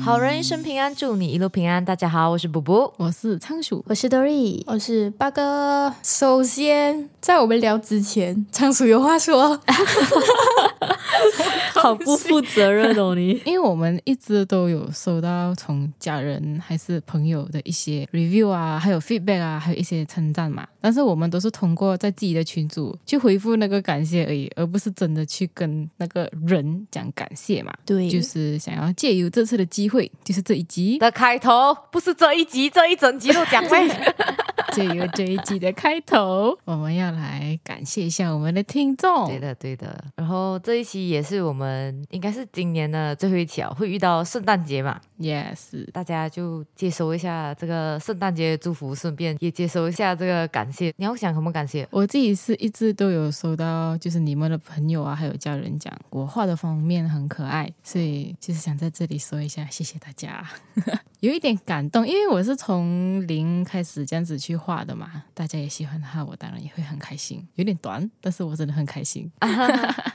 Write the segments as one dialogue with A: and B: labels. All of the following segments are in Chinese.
A: 好人一生平安，祝你一路平安。大家好，我是布布。
B: 我是仓鼠，
C: 我是 Dory，
B: 我是八哥。
C: 首先，在我们聊之前，仓鼠有话说。
A: 好不负责任哦，你
B: 因为我们一直都有收到从家人还是朋友的一些 review 啊，还有 feedback 啊，还有一些称赞嘛。但是我们都是通过在自己的群组去回复那个感谢而已，而不是真的去跟那个人讲感谢嘛。
C: 对
B: 就是想要借由这次的机会，就是这一 集，
A: 的开头不是这一集，这一整集都讲喂。
B: 借由这一集的开头，我们要来感谢一下我们的听 众。
A: 对的，对的。然后这一期也是我们应该是今年的最后一期啊，会遇到圣诞节嘛，
B: Yes，
A: 大家就接收一下这个圣诞节的祝福，顺便也接收一下这个感谢。你要想什么感谢？
B: 我自己是一直都有收到，就是你们的朋友啊，还有家人讲我画的封面很可爱，所以就是想在这里说一下，谢谢大家， 有一点感动，因为我是从零开始这样子去画的嘛，大家也喜欢它，我当然也会很开心，有点短，但是我真的很开心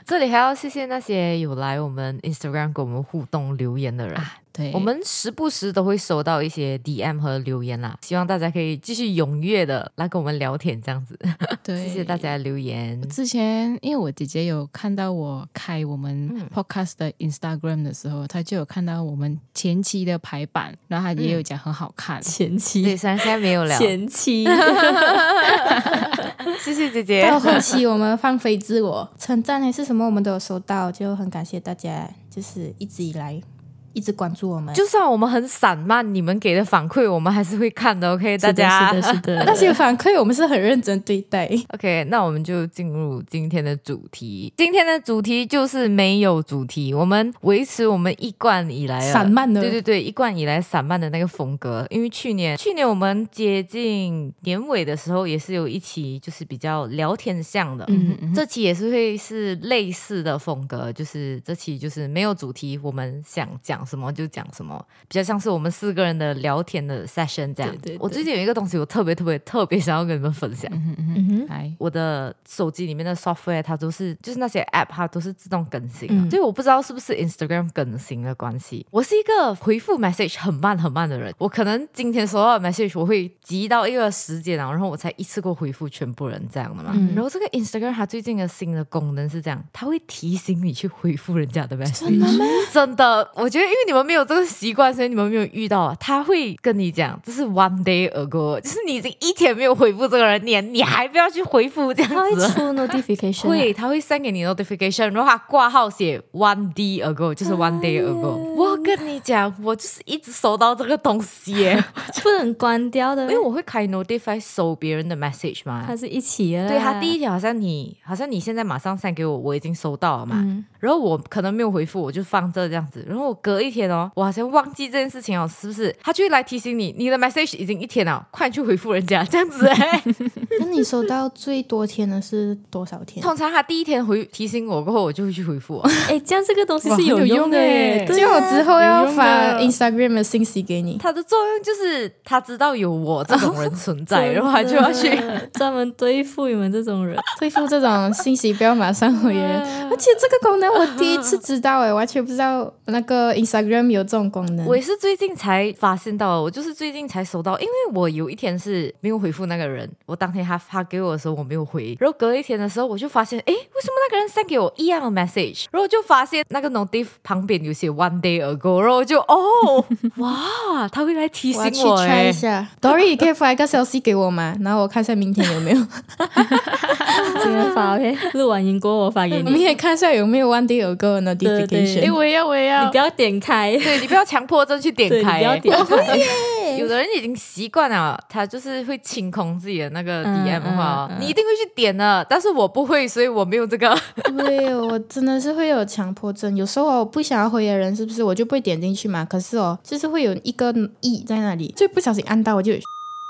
A: 这里还要谢谢那些有来我们 Instagram 跟我们互动留言的人。
B: 啊。对，
A: 我们时不时都会收到一些 DM 和留言啦，希望大家可以继续踊跃的来跟我们聊天，这样子。谢
B: 对
A: 谢大。家的留
C: 嗯
A: 言
B: 我。之前因为我姐姐有看到我开我
A: 嗯
B: 们 podcast 的 Instagram 的时候，她就有看到我们前期的排版，然后她也有讲很好看，
C: 前
A: 对，
C: 妻，
A: 虽然现在没有聊，
C: 前妻。
A: 谢谢姐姐
D: 到后期我们放飞自我，称赞还是什么，我们都有收到，就很感谢大家，就是一直以来一直关注我们。
A: 就算我们很散漫，你们给的反馈我们还是会看的。OK，大
C: 是的
A: 家
C: 是的，是的。
D: 那些反馈我们是很认真对待，
A: OK，那我们就进入今天的主题。今天的主题就是没有主题，我们维持我们一贯以来的
D: 散漫的
A: 对对对，一贯以来散漫的那个风格。因为去年去年我们接近年尾的时候，也是有一期就是比较聊天向的，
B: 嗯嗯
A: 这期也是会是类似的风格，就是这期就是没有主题，我们想讲什么就讲什么，比较像是我们四个人的聊天的 session 这样。
C: 对对对
A: 我最近有一个东西，我特别特别特别想要跟你们分享。
B: 嗯嗯嗯，
D: 嗯哼，
B: 来。
A: 我的手机里面的 software 它都是就是那些 app 它都是自动更新的，
D: 嗯
A: 所以我不知道是不是 Instagram 更新的关系。我是一个回复 message 很慢很慢的人，我可能今天收到的 message 我会急到一个时间啊，然后我才一次过回复全部人这样的嘛。
D: 嗯
A: 然后这个 Instagram 它最近的新的功能是这样，它会提醒你去回复人 家的 message。
D: 真的吗？
A: 真的，我觉得因为你们没有这个习惯，所以你们没有遇到啊。他会跟你讲，这是 one day ago，就是你已经一天没有回复这个人，你你还不要去回复这
C: 他会
A: 样子。
C: 出 notification，啊
A: 会，他会 send 给你 notification，然后他挂号写 one day ago，就是 one day ago。我跟你讲，我就是一直收到这个东西耶，
C: 不能关掉的
A: 因，为我会开 notify 收别人的 message 嘛。
C: 它是一起的啦。
A: 对 他第一条好像你好像你现在马上 send 给我，我已经收到了嘛，
D: 嗯
A: 然后我可能没有回复，我就放这这样子，然后我隔一天哦，我好像忘记这件事情哦，是不是？他就会来提醒你，你的 message 已经一天了，快去回复人家这样子、哎
D: 那你收到最多天的是多少天？
A: 通常他第一天回提醒我过后，我就会去回复哦、
C: 哎，这样这个东西
B: 哇
C: 是有
B: 很有
C: 用的
B: 用
C: 耶
B: 耶，
C: 对
D: 就我之后
B: 有
D: 要
B: 用的
D: 发 Instagram 的信息给你。
A: 它的作用就是他知道有我这种人存 在，然后他就要去。
C: 真的专门对付你们这种人。
D: 对付这种信息不要马上回人，而且这个功能我第一次知道诶，完全不知道那个 Instagram 有这种功 能
A: 我。也是最近才发现到，我就是最近才收到，因为我有一天是没有回复那个人，我当天他发给我的时候我没有回，然后隔一天的时候我就发现，诶，为什么那个人 send 给我一样的 message？然后我就发现那个 notif 旁边有写 one day ago，然后我就哦， 哇，他会来提醒
D: 我要去
A: 我
D: try
A: 诶。
D: 一下，Dory 你可以发一个消息给我吗？然后我看一下明天有没有。
C: 今天发 OK，录完音过后我发给
D: 我
C: 你
D: 们，也看一下有没有 one day ago 的
C: 对对
D: notification。
C: 诶
B: 我也要，我也
C: 你不要点开，
A: 对你不要强迫症去点
C: 对，你
A: 开
C: 不要
A: 诶，
C: 点开。
A: 有的人已经习惯了，他就是会清空自己的那个
C: 嗯
A: DM 的话，
C: 嗯嗯
A: 你一定会去点的，但是我不会，所以我没有这个。
D: 对，我真的是会有强迫症。有时候我不想要回的人，是不是我就不会点进去嘛？可是哦，就是会有一个意在那里，就不小心按到，我就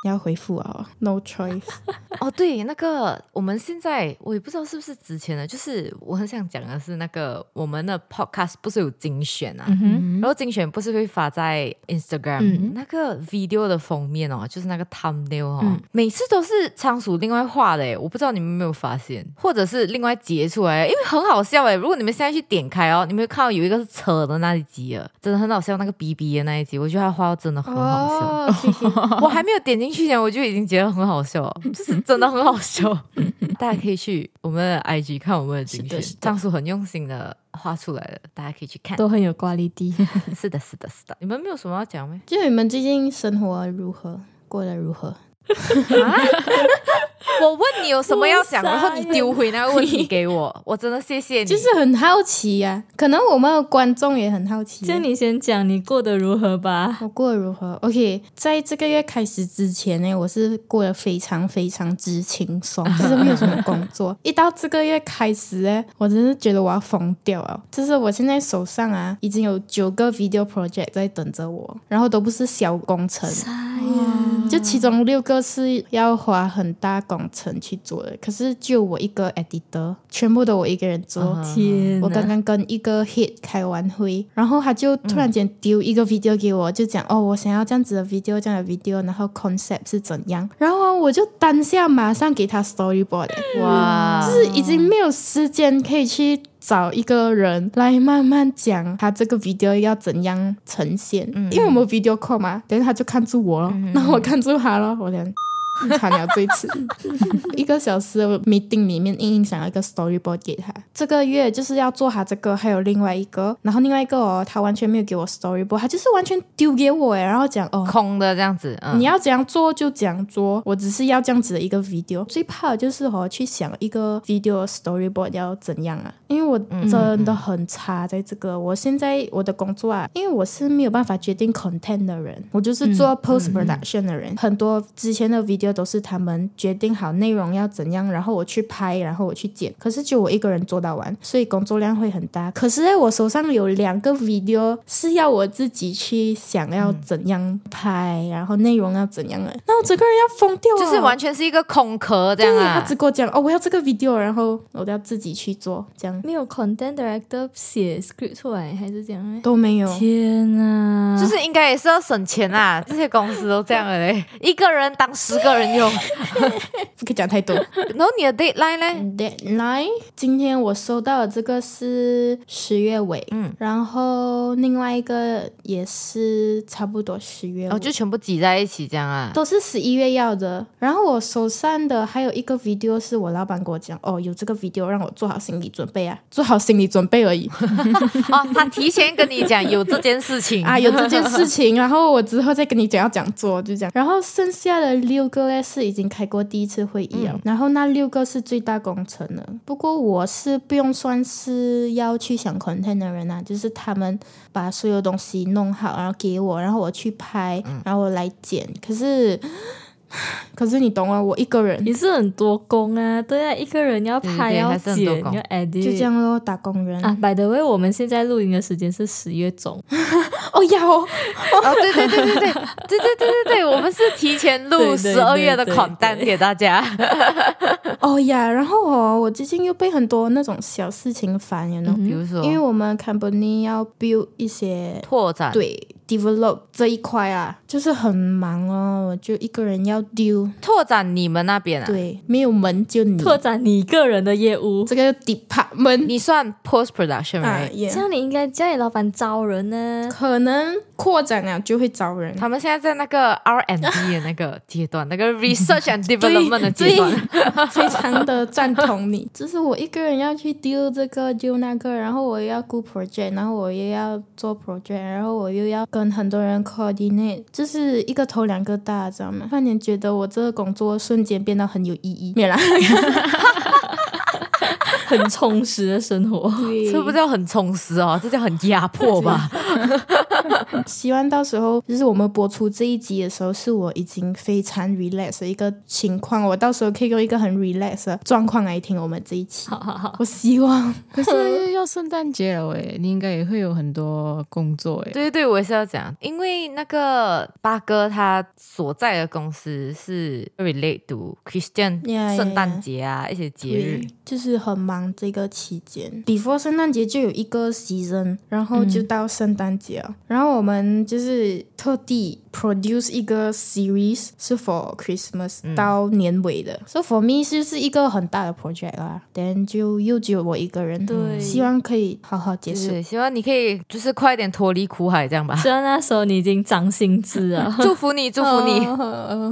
D: 要回复啊，no choice。
A: 哦，对，那个我们现在我也不知道是不是之前的，就是我很想讲的是那个我们的 podcast 不是有精选啊，
B: 嗯
A: 然后精选不是会发在 Instagram、那个 video 的封面哦，就是那个 thumbnail 哦，
B: 嗯
A: 每次都是仓鼠另外画的诶，我不知道你们有没有发现，或者是另外截出来，因为很好笑诶。如果你们现在去点开哦，你们会看到有一个是扯的那一集了，真的很好笑，那个 B B 的那一集，我觉得他画得真的很好笑。
D: 哦，谢谢
A: 我还没有点进去前，我就已经觉得很好笑 了，就是真的很好笑。大家可以去我们的 IG 看我们的精
B: 是的
A: 选
B: 是，
A: 张叔很用心的画出来了，大家可以去看。
D: 都很有挂力地。
A: 嗯是的，是的，是的。你们没有什么要讲吗？
D: 就你们最近生活如何？过得如何？
A: 我问你有什么要讲，
D: 我傻
A: 然
D: 眼
A: 后你丢回那个问题给 我，我真的谢谢你。
D: 啊就是很好奇呀、可能我们的观众也很好奇、
E: 就你先讲你过得如何吧。
D: 我过得如何？OK，在这个月开始之前呢，我是过得非常非常之轻松，就是没有什么工作。一到这个月开始呢，我真是觉得我要疯掉了。就是我现在手上啊，已经有九个 video project 在等着我，然后都不是小工程，就其中六个是要花很大工程去做的。可是就我一个 editor，全部都我一个人做。
E: 天
D: 我刚
E: 呐，
D: 刚跟一个 hit 开完会，然后他就突然间丢一个 video 给我，就讲哦，我想要这样子的 video，这样的 video，然后 concept 是怎样，然后啊我就当下马上给他 storyboard，欸、
A: 哇，
D: 就是已经没有时间可以去找一个人来慢慢讲他这个 video 要怎样呈现，因为我们 video call 嘛，等下他就看住我了，然后我看住他了，我俩。惨了啊这一次，一个小时的 meeting 里面，硬硬想要一个 storyboard 给他。这个月就是要做他这个，还有另外一个，然后另外一个哦，他完全没有给我 storyboard，他就是完全丢给我诶，然后讲哦，
A: 空的这样子，嗯，
D: 你要怎样做就怎样做，我只是要这样子的一个 video。最怕的就是我、去想一个 video storyboard 要怎样啊，因为我真的很差在这个。我现在我的工作啊，因为我是没有办法决定 content 的人，我就是做 post production 的人。很多之前的 video 都是他们决定好内容要怎样，然后我去拍，然后我去剪。可是就我一个人做到完，所以工作量会很大。可是在我手上有两个 video 是要我自己去想要怎样拍，然后内容要怎样的，那我整个人要疯掉了，啊
A: 就是完全是一个空壳这样
D: 对
A: 啊。
D: 他只跟我讲哦，我要这个 video，然后我都要自己去做，这样
E: 没有 content director 写 script 出来还是这样欸
D: 都没 有。
E: 天呐，
A: 就是
D: 嗯
A: 应该也是要省钱啊，这些公司都这样的嘞， 一个人当十个人用。
D: 不可以讲太多。
A: 然后你的 deadline 呢？
D: 嗯 Deadline，今天我收到的这个是十月尾，嗯，然后另外一个也是差不多十月
A: 然后哦
D: 尾，
A: 就全部挤在一起这样啊。
D: 都是十一月要的。然后我手上的还有一个 video 是我老板跟我讲，哦，有这个 video 让我做好心理准备啊，做好心理准备而已
A: 哦，他提前跟你 讲有这件事情
D: 啊，有这件事 情，然后我之后再跟你讲要讲做，就这样。然后剩下的六个呢是已经开过第一次会议了，然后那六个是最大工程了。不过我是不用算是要去想 content 的人啊，就是他们把所有东西弄好，然后给我，然后我去拍，然后我来剪。可是。可是你懂啊，我一个人
E: 也是很多工啊，对啊，一个人要
A: 对对
E: 拍
A: 对
E: 要
A: 还是很
E: 剪
A: 多
E: 要
A: 工
E: edit，
D: 就这样咯，打工人。
E: 啊。By the way，我们现在录音的时间是十月中，
D: 哦呀哦，
A: 哦，对对对对对对对对对对，我们是提前录
E: 对对对
A: 十二月的
E: 对对
A: 款单给大家。
D: 哦呀，然后哦，我最近又被很多那种小事情烦，you know，、
A: 比如说，
D: 嗯因为我们 company 要 build 一些
A: 拓展，
D: 对 develop 这一块啊，就是很忙哦，我就一个人要丢，
A: 拓展你们那边啊，
D: 对，没有门就你，
E: 拓展你个人的业务。
D: 这个 department
A: 你算 post production
D: 啊
A: right？
E: 这
D: ，yeah,
E: 样你应该叫你老板招人呢、
D: 可能扩展了就会招人。
A: 他们现在在那个 R and D 的那个阶段，那 个 research and development 的阶
D: 对
A: 段。，
D: 非常的赞同你。 就是我一个人要去丢这个丢那个，然后我又要顾 project，然后我又要做 project，然后我又要跟很多人 coordinate，就是一个头两个大，知道吗？突然间觉得我这个工作瞬间变得很有意义。 没有啦，
E: 很 充实的生活。
A: 这不叫很充实哦，这叫很压迫吧？
D: 希望到时候就是我们播出这一集的时候，是我已经非常 relax 的一个情况，我到时候可以用一个很 relax 的状况来听我们这一期。
E: 好好好，
D: 我希望
B: 可是要圣诞节了诶，你应该也会有很多工作欸诶。
A: 对对对，我也是要讲，因为那个八哥他所在的公司是 relate to Christian
D: Yeah, yeah,
A: 圣诞节啊一些节日
D: 对，就是很忙这个期间，before 圣诞节就有一个 season，然后就到圣诞节了，然后我们就是特地 produce 一个 series 是 for Christmas、到年尾的，so for me 就是一个很大的 project 啦，then 就又只有我一个人，
E: 对
D: 希望可以好好结
A: 对
D: 束。
A: 对，希望你可以就是快点脱离苦海这样吧。，
E: 虽然那时候你已经长心智了
A: 祝福你，祝福你。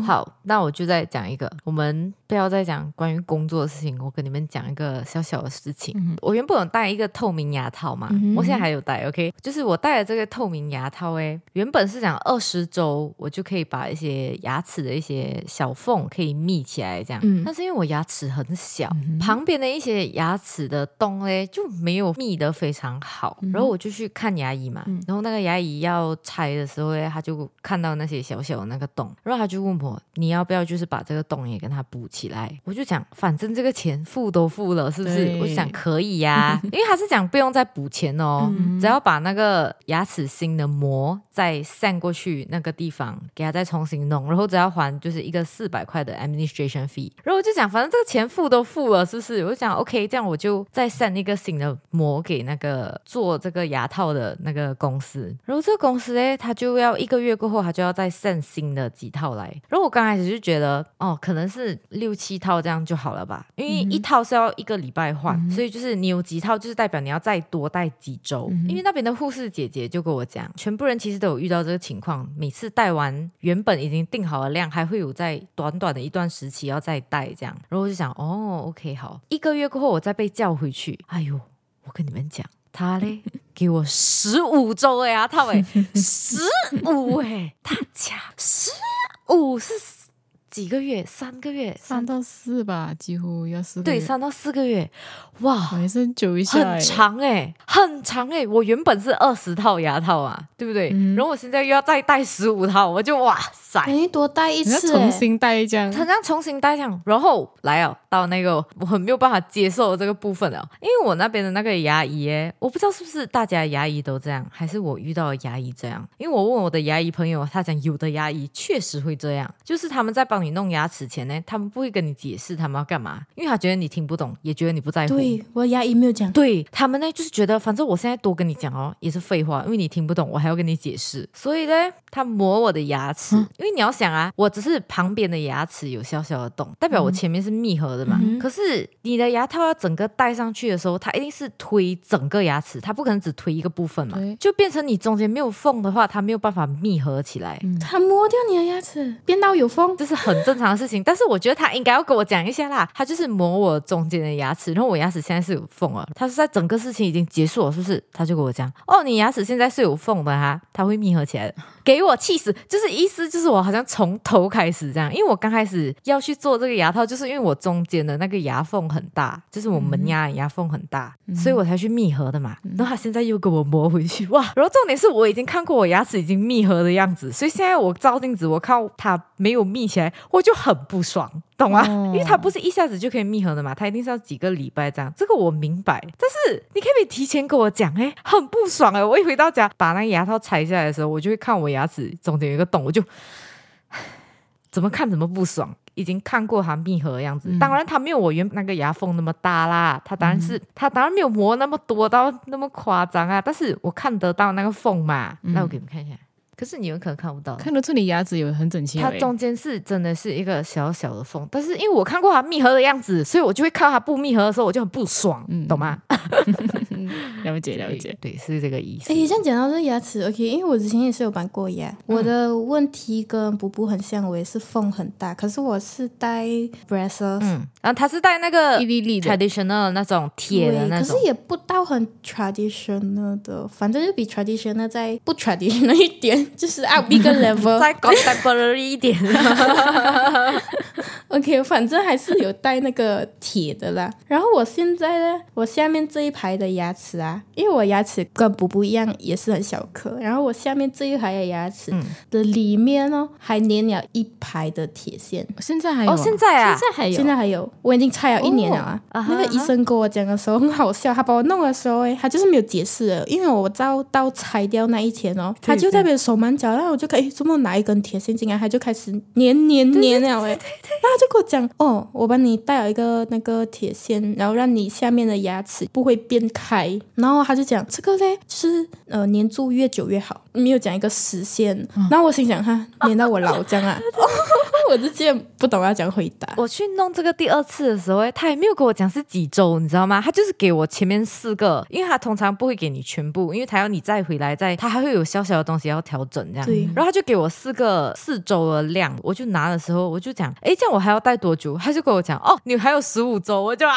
A: 好，那我就再讲一个，我们不要再讲关于工作的事情，我跟你们讲一个小小的事情。我原本有戴一个透明牙套嘛，我现在还有戴。OK，就是我戴了这个透明牙套，诶，原本是讲二十周我就可以把一些牙齿的一些小缝可以密起来这样，但是因为我牙齿很小，旁边的一些牙齿的洞嘞就没有密得非常好，然后我就去看牙医嘛，然后那个牙医要拆的时候嘞，他就看到那些小小的那个洞，然后他就问我你要不要就是把这个洞也跟它补起来？我就讲反正这个钱付都付了，是不是？
B: 对
A: 我就想可以呀、因为他是讲不用再补钱哦，只要把那个牙齿新的膜再散过去那个地方，给他再重新弄，然后只要还就是一个四百块的 administration fee。然后我就讲，反正这个钱付都付了，是不是？我就讲 OK，这样我就再散一个新的膜给那个做这个牙套的那个公司。然后这个公司呢，他就要一个月过后，他就要再散新的几套来。然后我刚开始就觉得，哦，可能是六七套这样就好了吧，因为一套是要一个礼拜换，所以就是你有几套，就是代表你要再多戴几周。因为那边的护士姐姐就跟我讲，全部人其实都有遇到这个情况，每次戴完原本已经定好的量，还会有在短短的一段时期要再戴这样。然后我就想，哦，OK，好，一个月过后我再被叫回去，哎呦，我跟你们讲，他嘞给我十五周哎呀，他 喂十五哎，大家十五是几个月？三个月？
B: 三到四吧，几乎要四个月。
A: 对，三到四个月，哇
B: 我，还是久一下、欸，
A: 很长哎、很长哎、我原本是二十套牙套啊，对不对？
B: 嗯
A: 然后我现在又要再戴十五套，我就哇塞，
D: 等于哎多戴一
B: 你要
D: 次、
B: 重
D: 欸，
B: 新戴一张。
A: 他这样重新戴上，然后来哦，到那个我很没有办法接受的这个部分了，因为我那边的那个牙医耶，我不知道是不是大家的牙医都这样，还是我遇到的牙医这样。因为我问我的牙医朋友，他讲有的牙医确实会这样，就是他们在帮你弄牙齿前呢，他们不会跟你解释他们要干嘛，因为他觉得你听不懂，也觉得你不在乎。
D: 对我牙医没有讲，
A: 对他们呢，就是觉得反正我现在多跟你讲哦，也是废话，因为你听不懂，我还要跟你解释。所以呢，他磨我的牙齿，因为你要想啊，我只是旁边的牙齿有小小的洞，代表我前面是密合的嘛。可是你的牙套要整个戴上去的时候，它一定是推整个牙齿，它不可能只推一个部分嘛
B: 对，
A: 就变成你中间没有缝的话，它没有办法密合起来。
D: 他摸掉你的牙齿，变到有风，
A: 这是很正常的事情，但是我觉得他应该要跟我讲一下啦。他就是磨我中间的牙齿，然后我牙齿现在是有缝了。他是在整个事情已经结束了，是不是？他就跟我讲，哦，你牙齿现在是有缝的哈，它会密合起来的。给我气死！就是意思就是我好像从头开始这样，因为我刚开始要去做这个牙套，就是因为我中间的那个牙缝很大，就是我门牙的牙缝很大，所以我才去密合的嘛。然后他现在又给我磨回去，哇！然后重点是我已经看过我牙齿已经密合的样子，所以现在我照镜子，我看它没有密起来，我就很不爽，懂吗？
B: 哦
A: 因为它不是一下子就可以密合的嘛，它一定是要几个礼拜这样。这个我明白，但是你可不可以提前跟我讲？哎，很不爽哎、我一回到家，把那个牙套拆下来的时候，我就会看我牙齿中间有一个洞，我就怎么看怎么不爽。已经看过它密合的样子，当然它没有我原那个牙缝那么大啦，它当然是、它当然没有磨那么多到那么夸张啊，但是我看得到那个缝嘛，那我给你们看一下，可是你们可能看不到，
B: 看得出你牙齿有很整齐、欸。
A: 它中间是真的是一个小小的缝，但是因为我看过它密合的样子，所以我就会看到它不密合的时候，我就很不爽，
B: 嗯
A: 懂吗？
B: 了解了解，
A: 对，是这嗯个意思。
D: 哎，这样讲到这牙齿，OK，因为我之前也是有拔过牙，我的问题跟布布很像，我也是缝很大，可是我是戴 braces，、
A: 嗯，然后它是戴那个
B: 一粒粒的。
A: traditional 那种铁
D: 对，
A: 的那
D: 可
A: 种
D: 是，也不到很 traditional 的，反正就比 traditional 再不 traditional 一点，就是 up 一个 level。
A: 再 contemporary 一点。
D: OK，反正还是有带那个铁的啦。然后我现在呢，我下面这一排的牙牙齿啊，因为我牙齿跟补补一样也是很小颗，然后我下面这一排的牙齿的里面哦，还粘了一排的铁线，
B: 现在还有、啊
A: 哦，现在啊，
E: 现在还有
D: 现在还有，我已经拆了一年了啊。
A: 啊哈
D: 那个医生跟我讲的时候很好笑，他把我弄的时候，哎，他就是没有解释了，因为我到到拆掉那一天哦，他就在那边手忙脚乱，我就看，哎，怎么拿一根铁线进来，他就开始粘粘粘了，哎，然后他就跟我讲，哦，我帮你带了一个那个铁线，然后让你下面的牙齿不会变开，然后他就讲这个嘞，就是呃粘住越久越好，没有讲一个时限，
A: 嗯
D: 然后我心想哈，粘到我老僵啊， 我直接不懂要讲回答，
A: 我去弄这个第二次的时候，诶他也没有跟我讲是几周，你知道吗？他就是给我前面四个，因为他通常不会给你全部，因为他要你再回来再，他还会有小小的东西要调整这样。
D: 对
A: 然后他就给我四个四周的量，我就拿的时候我就讲，诶，这样我还要戴多久？他就跟我讲，哦，你还有十五周，我就啊，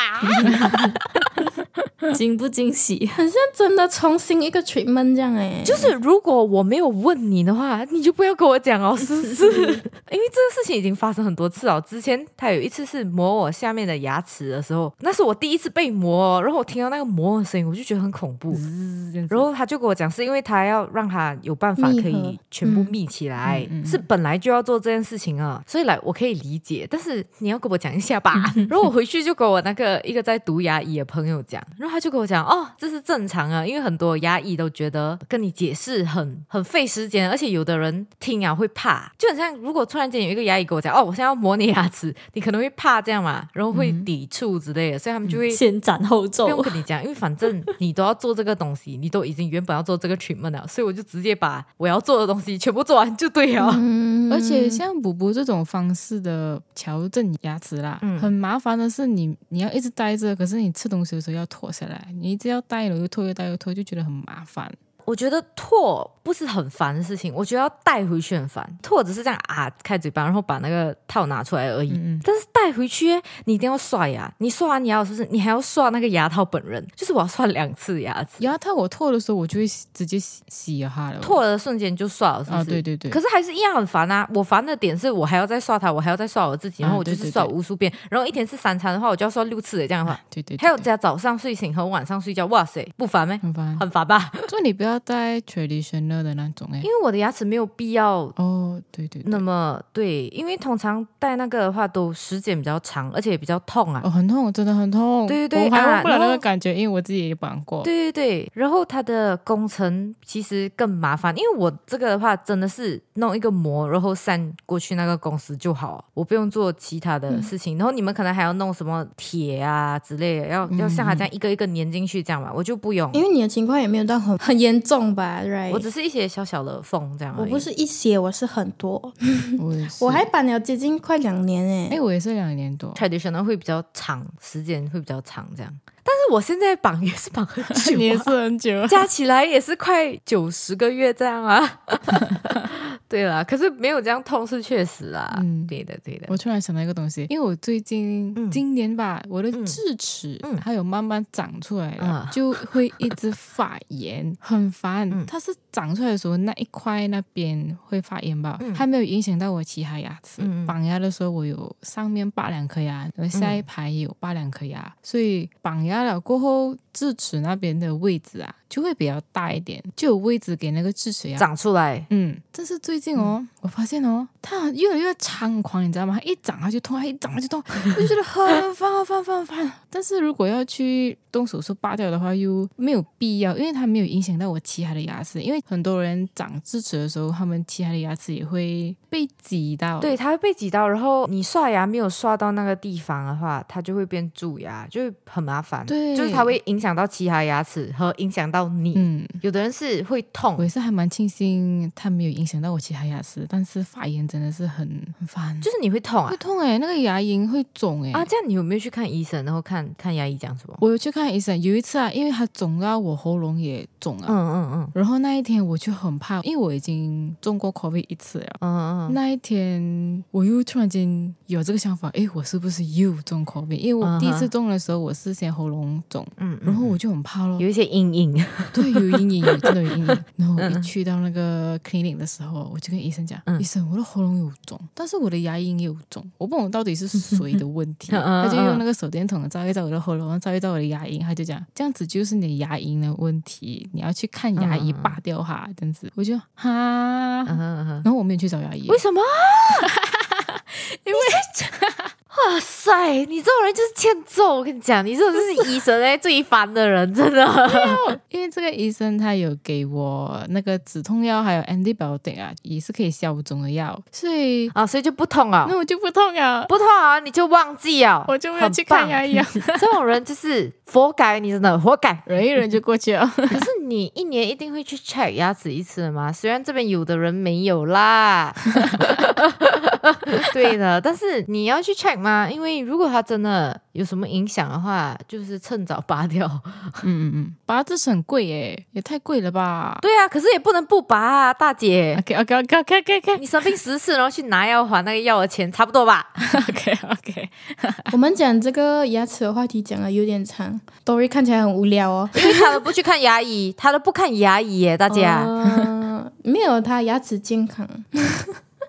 E: 惊不惊喜？
D: 很像真的重新一个 treatment 这样哎、
A: 就是如果我没有问你的话，你就不要跟我讲哦，是不 是？因为这个事情已经发生很多次了。之前他有一次是磨我下面的牙齿的时候，那是我第一次被磨哦，然后我听到那个磨的声音，我就觉得很恐怖。然后他就跟我讲，是因为他要让他有办法
D: 密合
A: 可以全部密起来，是本来就要做这件事情啊，所以来我可以理解，但是你要跟我讲一下吧。然后我回去就跟我那个一个在读牙医的朋友讲，然后他就跟我讲，哦，这是正常啊，因为很多牙医都觉得跟你解释很很费时间，而且有的人听啊会怕，就很像如果突然间有一个牙医跟我讲，哦，我现在要磨你牙齿，你可能会怕这样嘛，然后会抵触之类的，所以他们就会
E: 先斩后
A: 不用
E: 奏，
A: 跟你讲，因为反正你都要做这个东西，你都已经原本要做这个 treatment 了，所以我就直接把我要做的东西全部做完就对了。
D: 嗯
B: 而且像补补这种方式的矫正牙齿啦，
A: 嗯
B: 很麻烦的是你你要一直戴着，可是你吃东西的时候要脱下来，你一直要戴了又脱又戴又脱，就觉得很麻烦。
A: 我觉得唾不是很烦的事情，我觉得要带回去很烦。唾只是这样啊，开嘴巴，然后把那个套拿出来而已。
B: 嗯
A: 但是带回去，你一定要刷牙。你刷完牙，是不是你还要刷那个牙套本人？就是我要刷两次牙齿。
B: 牙套我脱的时候，我就会直接洗洗一下了。
A: 唾的瞬间就刷了，是不是？
B: 啊，对对对，
A: 可是还是一样很烦啊！我烦的点是我还要再刷它，我还要再刷我自己，
B: 啊
A: 然后我就
B: 对
A: 是
B: 对
A: 刷
B: 对
A: 无数遍，然后一天吃三餐的话，我就要刷六次的这样的话，
B: 对对，对
A: 还有加早上睡醒和晚上睡觉，哇塞，不烦咩？
B: 很烦，
A: 很烦吧？
B: 就你不要戴 traditional 的那种哎
A: 因。为我的牙齿没有必要
B: 哦，对对对
A: 那，么对，因为通常戴那个的话都时间比较长，而且也比较痛啊。
B: 哦，很痛，真的很痛。
A: 对对对
B: 我还
A: 啊
B: 忘不了
A: 然
B: 那
A: 后
B: 个感觉，因为我自己也绑
D: 哦
B: 过。
A: 对对对，然后它的工程其实更麻烦，因为我这个的话真的是弄一个膜，然后散过去那个公司就好，我不用做其他
D: 嗯
A: 的事情。然后你们可能还要弄什么铁啊之类的，要要像它这样一个一个粘进去这样嘛，我就不用
D: 因，为你的情况也没有到很很严重吧，right？
A: 我只是一些小小的缝这样而已。
D: 我不是一些，我是很多，
B: 我也是
D: 我还绑了接近快两年哎、
B: 哎，我也是两年 多。
A: traditional 会比较长，时间会比较长这样。但是我现在绑也是绑很 久、啊，
B: 你也是很久啊，
A: 加起来也是快九十个月这样啊。 对啦，可是没有这样痛是确实啊。
B: 嗯
A: 对的，对的。
B: 我突然想到一个东西，因为我最近、
A: 嗯
B: 今年吧，我的
A: 嗯
B: 智齿、
A: 嗯
B: 还有慢慢长出来了，
A: 啊
B: 就会一直发炎，很烦。
A: 嗯
B: 它是长出来的时候那一块那边会发炎吧，
A: 嗯
B: 还没有影响到我其他牙齿。
A: 嗯嗯嗯
B: 绑牙的时候我有上面拔两颗牙，然后下一排也有拔两颗牙，所以绑牙了过后，智齿那边的位置啊就会比较大一点，就有位置给那个智齿牙
A: 长出来，
B: 嗯，但是最近哦，我发现哦，它越来越猖狂，你知道吗？它一长它就痛，它一长它就 痛，我就觉得很烦，很烦，很烦。 很烦但是如果要去动手术拔掉的话，又没有必要，因为它没有影响到我其他的牙齿。因为很多人长智齿的时候，他们其他的牙齿也会被挤到。
A: 对，它会被挤到，然后你刷牙没有刷到那个地方的话，它就会变蛀牙，就会很麻烦。
B: 对
A: 就是它会影响到其他牙齿和影响到你。
B: 嗯，
A: 有的人是会痛
B: 我，也是还蛮庆幸它没有影响到我其他牙齿，但是发炎真的是很很烦，
A: 就是你会痛啊
B: 会痛哎、那个牙龈会肿哎、
A: 啊！这样你有没有去看医生，然后看看牙医讲什么？
B: 我有去看医生，有一次啊，因为它肿到我喉咙也肿啊了。
A: 嗯嗯嗯
B: 然后那一天我就很怕，因为我已经中过 COVID 一次了。
A: 嗯嗯嗯，
B: 那一天我又突然间有这个想法，诶，我是不是又中 COVID？因为
A: 嗯哼
B: 我第一次中的时候，我是先喉咙肿，
A: 嗯
B: 然后我就很怕咯
A: 有。一些阴影。
B: 对，有阴影，有真的有阴影。然后我一去到那个 clinic 的时候，我就跟医生讲，
A: 嗯
B: 医生，我的喉咙有肿，但是我的牙龈也有肿，我不懂到底是谁的问 题。
A: 嗯嗯
B: 他就用那个手电筒照一照我的喉咙，照一照我的牙龈，他就讲这样子就是你的牙龈的问题，你要去看牙医
A: 嗯嗯嗯
B: 拔掉它，这样子。我就哈，
A: 嗯哼嗯哼
B: 然后我没有去找牙医
A: 为，什 么？因为哇塞，你这种人就是欠揍！我跟你讲，你这种就是医生哎最烦的人，真 的。
B: 因为这个医生他有给我那个止痛药，还有 antibiotic 啊，也是可以消肿的药，所以
A: 啊，所以就不痛啊，
B: 那我就不痛啊，
A: 不痛啊，你就忘记啊，
B: 我就没有去看牙
A: 医。
B: 医啊，
A: 这种人就是活该，你真的活该。
B: 忍一忍就过去了。
A: 可是你一年一定会去 check 牙齿一次的嘛？虽然这边有的人没有 啦，对的，但是你要去 check 吗？因为如果它真的有什么影响的话，就是趁早拔掉。
B: 嗯嗯嗯，拔智齿很贵耶，也太贵了吧？
A: 对啊，可是也不能不拔啊，大 姐。
B: ，OK OK OK OK OK OK
A: 你生病十次，然后去拿药还那个药的钱，差不多吧？
B: OK OK，
D: 我们讲这个牙齿的话题讲的有点长，Dory 看起来很无聊哦。
A: 因为他都不去看牙医，他都不看牙医耶，大家。
D: 嗯，没有，他牙齿健康。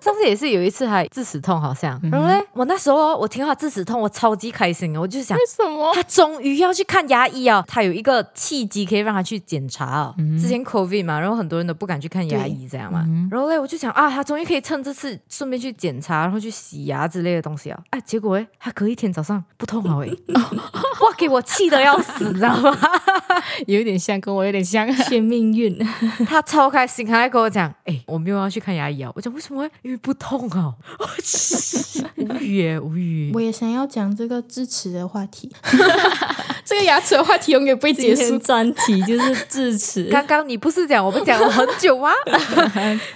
A: 上次也是有一次还智齿痛，好像。然后嘞，我那时候哦我听到他智齿痛，我超级开心的，我就想
B: 为。什么？
A: 他终于要去看牙医啊！他有一个契机可以让他去检查哦。之前 COVID 嘛，然后很多人都不敢去看牙医，这样嘛。然后嘞，我就想啊，他终于可以趁这次顺便去检查，然后去洗牙之类的东西啊。哎，结果哎，他隔一天早上不痛了哎，哇，给我气得要死，你知道吗？
B: 有点像，跟我有点像。
E: 骗命运，
A: 他超开心，他还跟我讲，哎、我没有要去看牙医啊。我讲为什么会？因为不痛啊。无语耶，无语。
D: 我。也想要讲这个智齿的话 题，这个牙齿的话题永远不会结
E: 今
D: 束
E: 天。专题就是智齿
A: 刚刚你不是讲我们讲了很久吗？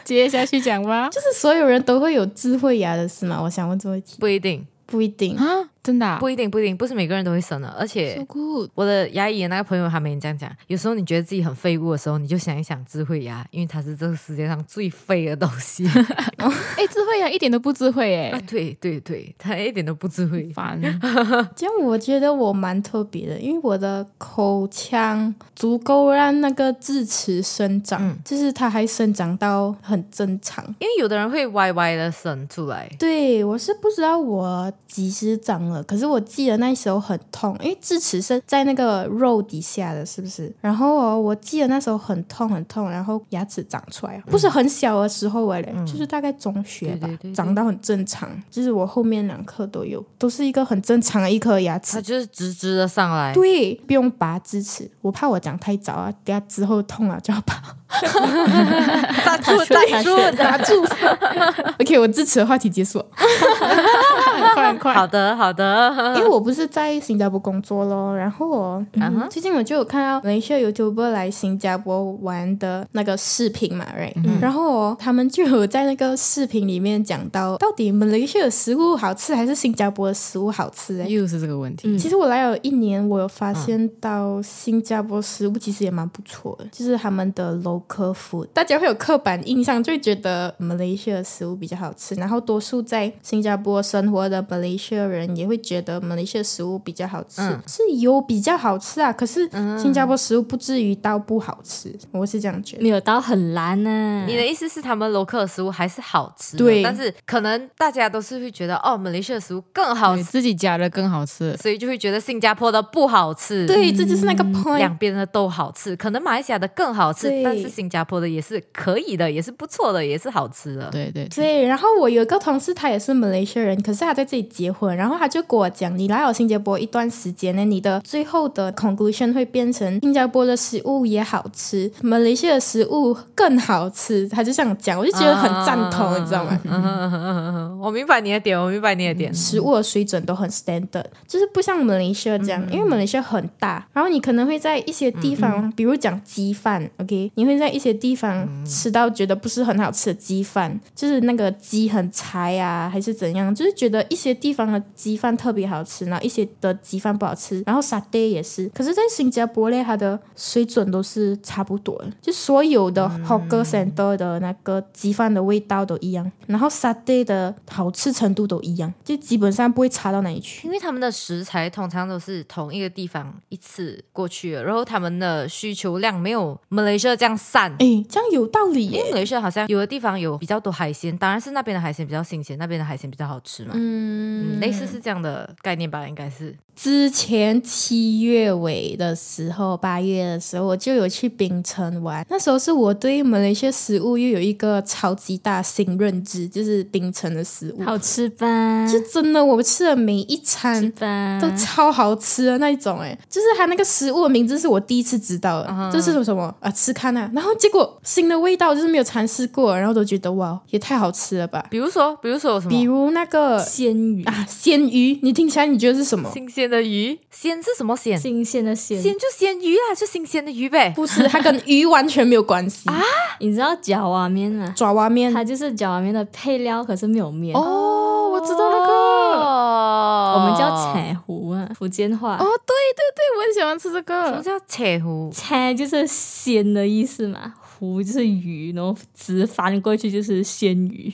B: 接下去讲吧。
D: 就是所有人都会有智慧牙的是吗？我想问这个问题，
A: 不一定，
D: 不一定。
B: 啊，真的、啊？
A: 不一定，不一定，不是每个人都会生的，而且。
B: So good，
A: 我的牙医的那个朋友他们这样讲，有时候你觉得自己很废物的时候，你就想一想智慧牙，因为它是这个世界上最废的东西。
B: 哎，智慧呀、一点都不智慧
A: 啊
B: 哎，，
A: 对对对，它一点都不啊智慧。
B: 烦。
D: 这样我觉得我蛮特别的，因为我的口腔足够让那个智齿生长，
A: 嗯
D: 就是它还生长到很正常。
A: 因为有的人会歪歪的生出来，
D: 对，我是不知道我几时长了，可是我记得那时候很痛，因为智齿是在那个肉底下的，是不是？然后哦，我记得那时候很痛很痛，然后牙齿长出来哦，不是很小的时候哎、就是大概中学
A: 嗯对
D: 吧，
A: 对对对
D: 长到很正常，就是我后面两颗都有，都是一个很正常的一颗牙齿
A: 它。就是直直的上来。
D: 对，不用拔智齿，我怕我讲太早啊，等下之后痛啊了就要拔。
A: 打住打住打 住！
D: OK，我智齿的话题结束了。
B: 快快，
A: 好的好 的，
D: 因为我不是在新加坡工作咯，然后我、
A: 嗯哼
D: 最近我就有看到一些 YouTuber 来新加坡玩的那个视频嘛，right？、
A: 嗯
D: 然后哦他们就有在那个视频里面讲到，到底马来西亚的食物好吃还是新加坡的食物好吃、欸？
B: 又是这个问
A: 嗯
B: 题。
D: 其实我来了一年，我有发现到新加坡食物其实也蛮不错的，就是他们的 local food，大家会有刻板印象，就会觉得马来西亚的食物比较好吃，然后多数在新加坡生活的马来西亚人也会觉得马来西亚食物比较好吃，
A: 嗯
D: 是有比较好吃啊，可是新加坡食物不至于到不好吃，我是这样觉得。
E: 没有到很啊难呢、
A: 你的意思是他们楼客的食物还是好吃的，
D: 对
A: 但是可能大家都是会觉得哦，马来西亚的食物更好
B: 对
A: 吃，
B: 自己家的更好吃，
A: 所以就会觉得新加坡的不好吃。
D: 对，这就是那个 point。
A: 两边的都好吃，可能马来西亚的更好吃，
D: 对
A: 但是新加坡的也是可以的，也是不错的，也是好吃的。
B: 对对，对
D: 对，然后我有一个同事，他也是马来西亚人，可是他在这里结婚，然后他就跟我讲，你来我新加坡一段时间呢，你的最后的 conclusion 会变成新加坡的食物也好吃，马来西亚的食物更好吃，他就这样讲，我就觉得很赞同，
A: 啊
D: 你知道吗？
A: 嗯嗯嗯嗯嗯，我明白你的点，我明白你的点。
D: 食物的水准都很 standard，就是不像马来西亚这样，因为马来西亚很大，然后你可能会在一些地方，比如讲鸡饭，OK，你会在一些地方吃到觉得不是很好吃的鸡饭，就是那个鸡很柴啊，还是怎样，就是觉得一些地方的鸡饭特别好吃，然后一些的鸡饭不好吃，然后沙爹也是。可是，在新加坡嘞，它的水准都是差不多的，就所有的 hawker center 的那个鸡饭的味道都一样，然后沙爹的好吃程度都一样，就基本上不会差到哪里去。
A: 因为他们的食材通常都是同一个地方一次过去的，然后他们的需求量没有 Malaysia 这样散。
D: 哎，这样有道理
A: 因为
D: 耶。
A: 马来西亚好像有的地方有比较多海鲜，当然是那边的海鲜比较新鲜，那边的海鲜比较好吃嘛。嗯，类似是这样的概念吧，应该是。
D: 之前七月尾的时候，八月的时候，我就有去槟城玩。那时候是我对马来西亚食物又有一个超级大新认知，就是槟城的食物，
E: 好吃吧？
D: 就真的我吃了每一
E: 吃
D: 餐
E: 吧，
D: 都超好吃的那一种、哎，就是它那个食物的名字是我第一次知道的，这是什么啊？吃看啊，然后结果新的味道就是没有尝试过，然后都觉得哇，也太好吃了吧！
A: 比如说，比如说有什
D: 比
A: 么
D: 如那个
E: 鲜鱼，
D: 啊鲜鱼，你听起来你觉得是什么？
A: 新鲜的鱼，鲜是什么鲜？
E: 新鲜的鲜。
A: 鲜就鲜鱼啊，就新鲜的鱼呗。
D: 不是，它跟鱼完全没有关系啊！
E: 你知道绞瓦面吗？
D: 爪哇面
E: 它就是绞瓦面的配料，可是没有面。
D: 哦，我知道那个
A: 哦
E: 我们叫柴胡啊，福建话。
B: 哦，对对对，我很喜欢吃这
A: 什么
B: 个。
A: 叫切糊？
E: 柴就是鲜的意思嘛，胡就是鱼，然后直翻过去就是鲜鱼。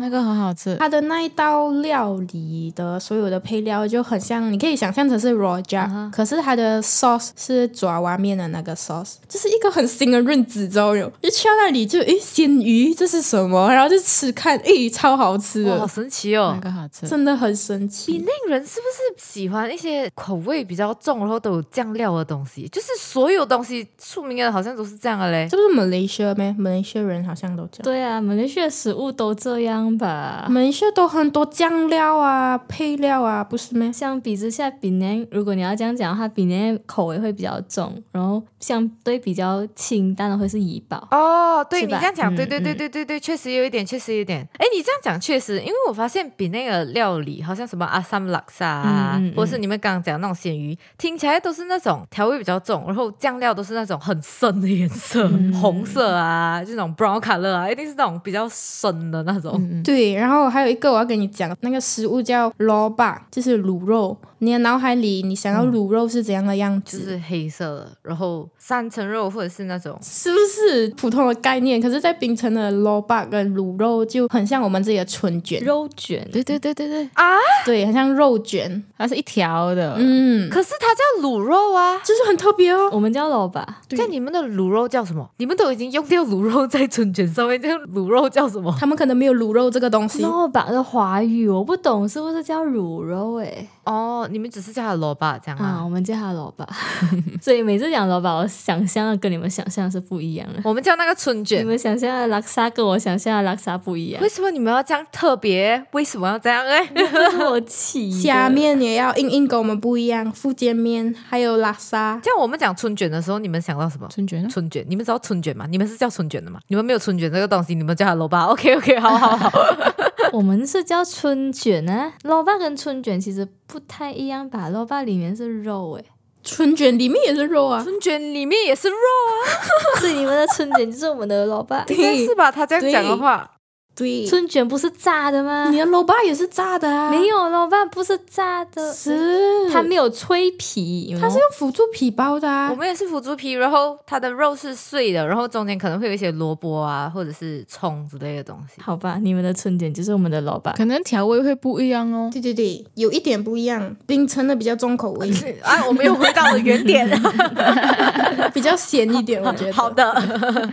B: 那个很好吃，
D: 它的那一道料理的所有的配料就很像，你可以想象成是 raw j a 可是它的 sauce 是爪哇面的那个 sauce，就是一个很新的认知，知道没有？就去到那里就诶，鲜鱼这是什么？然后就吃看，诶，超好吃
A: 哇，好
D: 的，
A: 神奇
B: 那
A: 哦！
B: 个好吃。
D: 真的很神奇。
A: 那人是不是喜欢一些口味比较重，然后都有酱料的东西？就是所有东西出名的，好像都是这样的嘞。
D: 这不是 Malaysia 咩？马来西亚人好像都这样。
E: 对啊啊，马来西亚食物都这样吧。
D: 马来西亚都很多酱料啊、配料啊，不是咩？
E: 相比之下，比南如果你要这样讲的话，比南口味会比较重，然后相对比较清淡的会是怡宝。
A: 哦，对
E: 是
A: 你
E: 吧
A: 这样讲，
E: 嗯
A: 对对对
E: 嗯
A: 对对对，确实有一点，确实有一点。哎，你这样讲确实，因为我发现比那个料理，好像什么阿萨姆拉萨啊，
E: 嗯嗯嗯
A: 或者是你们刚刚讲那种鲜鱼，听起来都是那种调味比较重，然后酱料都是那种很深的颜色，
E: 嗯
A: 红色啊，这种 brown color 啊，一定是那种比较深的那种。
E: 嗯
D: 对，然后还有一个我要跟你讲，那个食物叫萝卜，就是卤肉。你的脑海里你想要卤肉是怎样的样
A: 就
D: 子？
A: 是黑色的，然后三层肉或者是那种
D: 是不是普通的概念？可是，在槟城的萝卜跟卤肉就很像我们这里的春卷，
E: 肉卷，
B: 对对对对对，
D: 对，很像肉卷。
B: 它是一条的。
D: 嗯，
A: 可是它叫卤肉啊。
D: 就是很特别哦。
E: 我们叫老吧，
A: 在你们的卤肉叫什么？你们都已经用掉卤肉在春卷上面，这个卤肉叫什么？
D: 他们可能没有卤肉这个东西，
E: 老吧的华语我不懂，是不是叫卤肉、欸？
A: 哦，你们只是叫它萝卜这样
E: 哎，啊，
A: 啊。
E: 我们叫它老吧。 所以每次讲老吧，我想象的跟你们想象是不一样的。
A: 我们叫那个春
E: 你
A: 卷。
E: 们想象的拉萨跟我想象的拉萨不一样
A: 为，什么你们要这样特别？为什么要这样？ 哎，
E: 这是我 起的
D: 虾面也要硬硬跟我们不一样，福建面还有拉沙。
A: 像我们讲春卷的时候，你们想到什么？
B: 春卷呢？
A: 春卷，你们知道春卷吗？你们是叫春卷的吗？你们没有春卷这个东西，你们叫它萝 卜。OK OK，好好 好。
E: 我们是叫春卷啊，萝卜跟春卷其实不太一样吧？萝卜里面是肉 诶、
D: 春卷里面也是肉啊，
A: 春卷里面也是肉啊，
E: 所以你们的春卷就是我们的萝 卜。
A: 应该是吧？他这样讲的话，
D: 对，
E: 春卷不是炸的吗
D: 你？的萝卜也是炸的啊，
E: 没有，萝卜不是炸的，
D: 是
E: 它没有脆皮，它
D: 它是用辅助皮包的啊
A: 我。们也是腐竹皮，然后它的肉是碎的，然后中间可能会有一些萝卜啊，或者是葱之类的东西。
E: 好吧？你们的春卷就是我们的萝卜。
B: 可能调味会不一样哦。
D: 对对对，有一点不一样，冰城的比较重口味，
A: 啊，我们又回到了原 点。
D: 比较咸一点，我觉得。
A: 好的，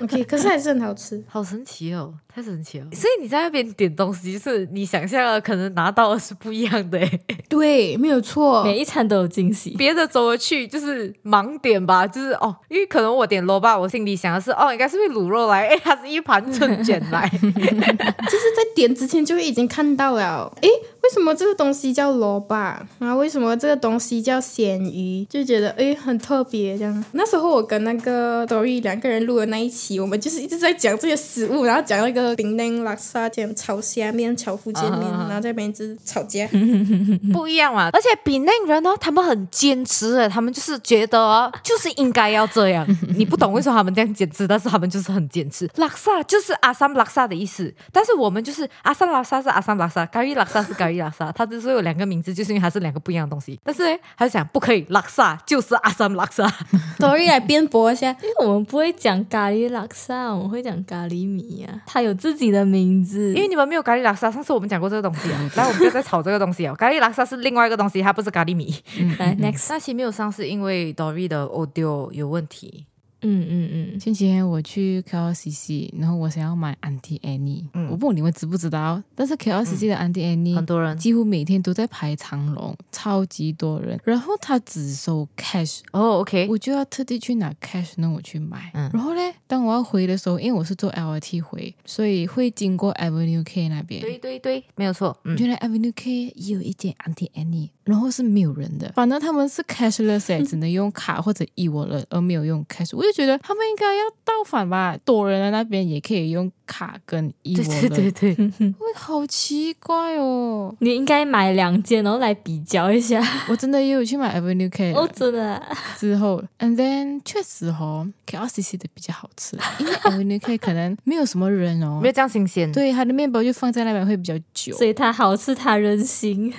D: ，OK，可是还是很好吃。
A: 好神奇哦，太神奇了。所以你在那边点东西，是你想象的可能拿到的是不一样的 诶。
D: 对，没有错。
E: 每一餐都有惊喜，
A: 别的走了去就是盲点吧，就是哦，因为可能我点萝卜，我心里想的是哦，应该是会卤肉来，哎，它是一盘春卷来。
D: 就是在点之前就已经看到了，诶，为什么这个东西叫萝卜啊？为什么这个东西叫咸鱼？就觉得诶很特别这样。那时候我跟那个 Dory 两个人录的那一期，我们就是一直在讲这些食物，然后讲那个冰냉拉萨，讲炒虾面、炒福建面，然后在那边一直吵架。
A: 不一样嘛。嗯而且比内人呢，他们很坚持的，他们就是觉得 哦就是应该要这样。 你不懂为什么他们这样坚 持，但是他们就是很坚持。拉萨就是阿三拉萨的意思，但是我们就是阿三拉萨是阿三拉萨，咖喱拉萨是咖喱伊拉 萨，它之所以有两个名字，就是因为它是两个不一样的东西。但是呢，他就想不可以拉萨就是阿三拉萨，
C: Dory 来辩驳一下，
E: 因为我们不会讲咖喱拉萨，我们会讲咖喱米呀、它有自己的名字。
A: 因为你们没有咖喱拉萨。上次我们讲过这个东西啊，来，我们不要再吵这个东 西哦。咖喱拉萨是另外一个东西，它不是咖喱米。
E: 来 next，
A: 那期没有上是因为 Dory 的 audio 有问题，
E: 嗯嗯嗯，
B: 前几天我去 KLCC，然后我想要买 Auntie Annie，、
A: 嗯
B: 我不懂你们知不知道，但是 KLCC 的 Auntie Annie、
A: 很多人
B: 几乎每天都在排长龙，超级多人。然后他只收 cash，
A: 哦，OK，
B: 我就要特地去拿 cash 让我去买。
A: 嗯
B: 然后嘞，当我要回的时候，因为我是坐 LRT 回，所以会经过 Avenue K 那边。
A: 对对对，没有错，嗯。
B: 原来 Avenue K 也有一间 Auntie Annie，然后是没有人的，反正他们是 cashless，欸、只能用卡或者 e w a l 而没有用 cash。我就觉得他们应该要倒反吧，多人的那边也可以用卡跟 e
A: 对
B: w a
A: 对
B: l
A: 对对，
B: 我好奇怪哦，
E: 你应该买两件，然后来比较一 下。
B: 我真的也有去买 Avenue K 了
E: 哦，真的啊、
B: 之后，and then 确实哦，KLCC 的比较好吃，因为 Avenue K 可能没有什么人哦
A: 没，有这样新鲜。
B: 对，它的面包就放在那边会比较久
E: 所。以它好吃，它人心。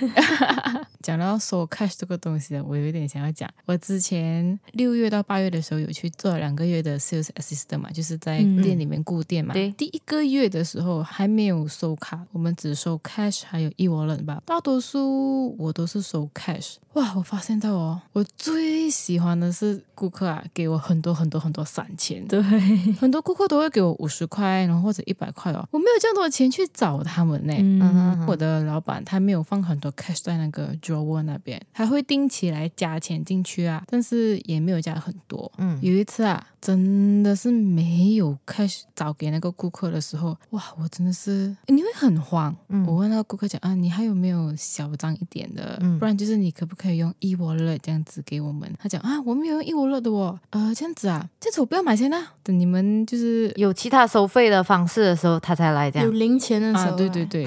B: 讲到收 cash 这个东西啊，我有一点想要讲。我之前六月到八月的时候有去做两个月的 sales assistant 嘛，就是在
E: 嗯
B: 店里面顾店嘛。
A: 对
B: 第一个月的时候还没有收卡，我们只收 cash 还有 e wallet 吧。大多数我都是收 cash。哇，我发现到哦，我最喜欢的是顾客啊，给我很多很多很多散钱。
E: 对，
B: 很多顾客都会给我五十块，然后或者一百块哦，我没有这样多钱去找他们呢。
E: 嗯，
A: 嗯
B: 我的老板他没有放很多 cash 在那个 drawer 那边，还会定期来加钱进去啊，但是也没有加很多。
A: 嗯
B: 有一次啊，真的是没有 cash 找给那个顾客的时候，哇，我真的是你会很慌。
A: 嗯
B: 我问那个顾客讲啊，你还有没有小张一点的？
A: 嗯
B: 不然就是你可不可以用 e wallet 这样子给我们？他讲啊，我没有用 e wallet 的哦，呃，这样子啊，这样子我不要买先啦、等你们就是
A: 有其他收费的方式的时候，他才来这
D: 有
A: 样。
D: 零钱的时候、
B: 啊， 对对，对，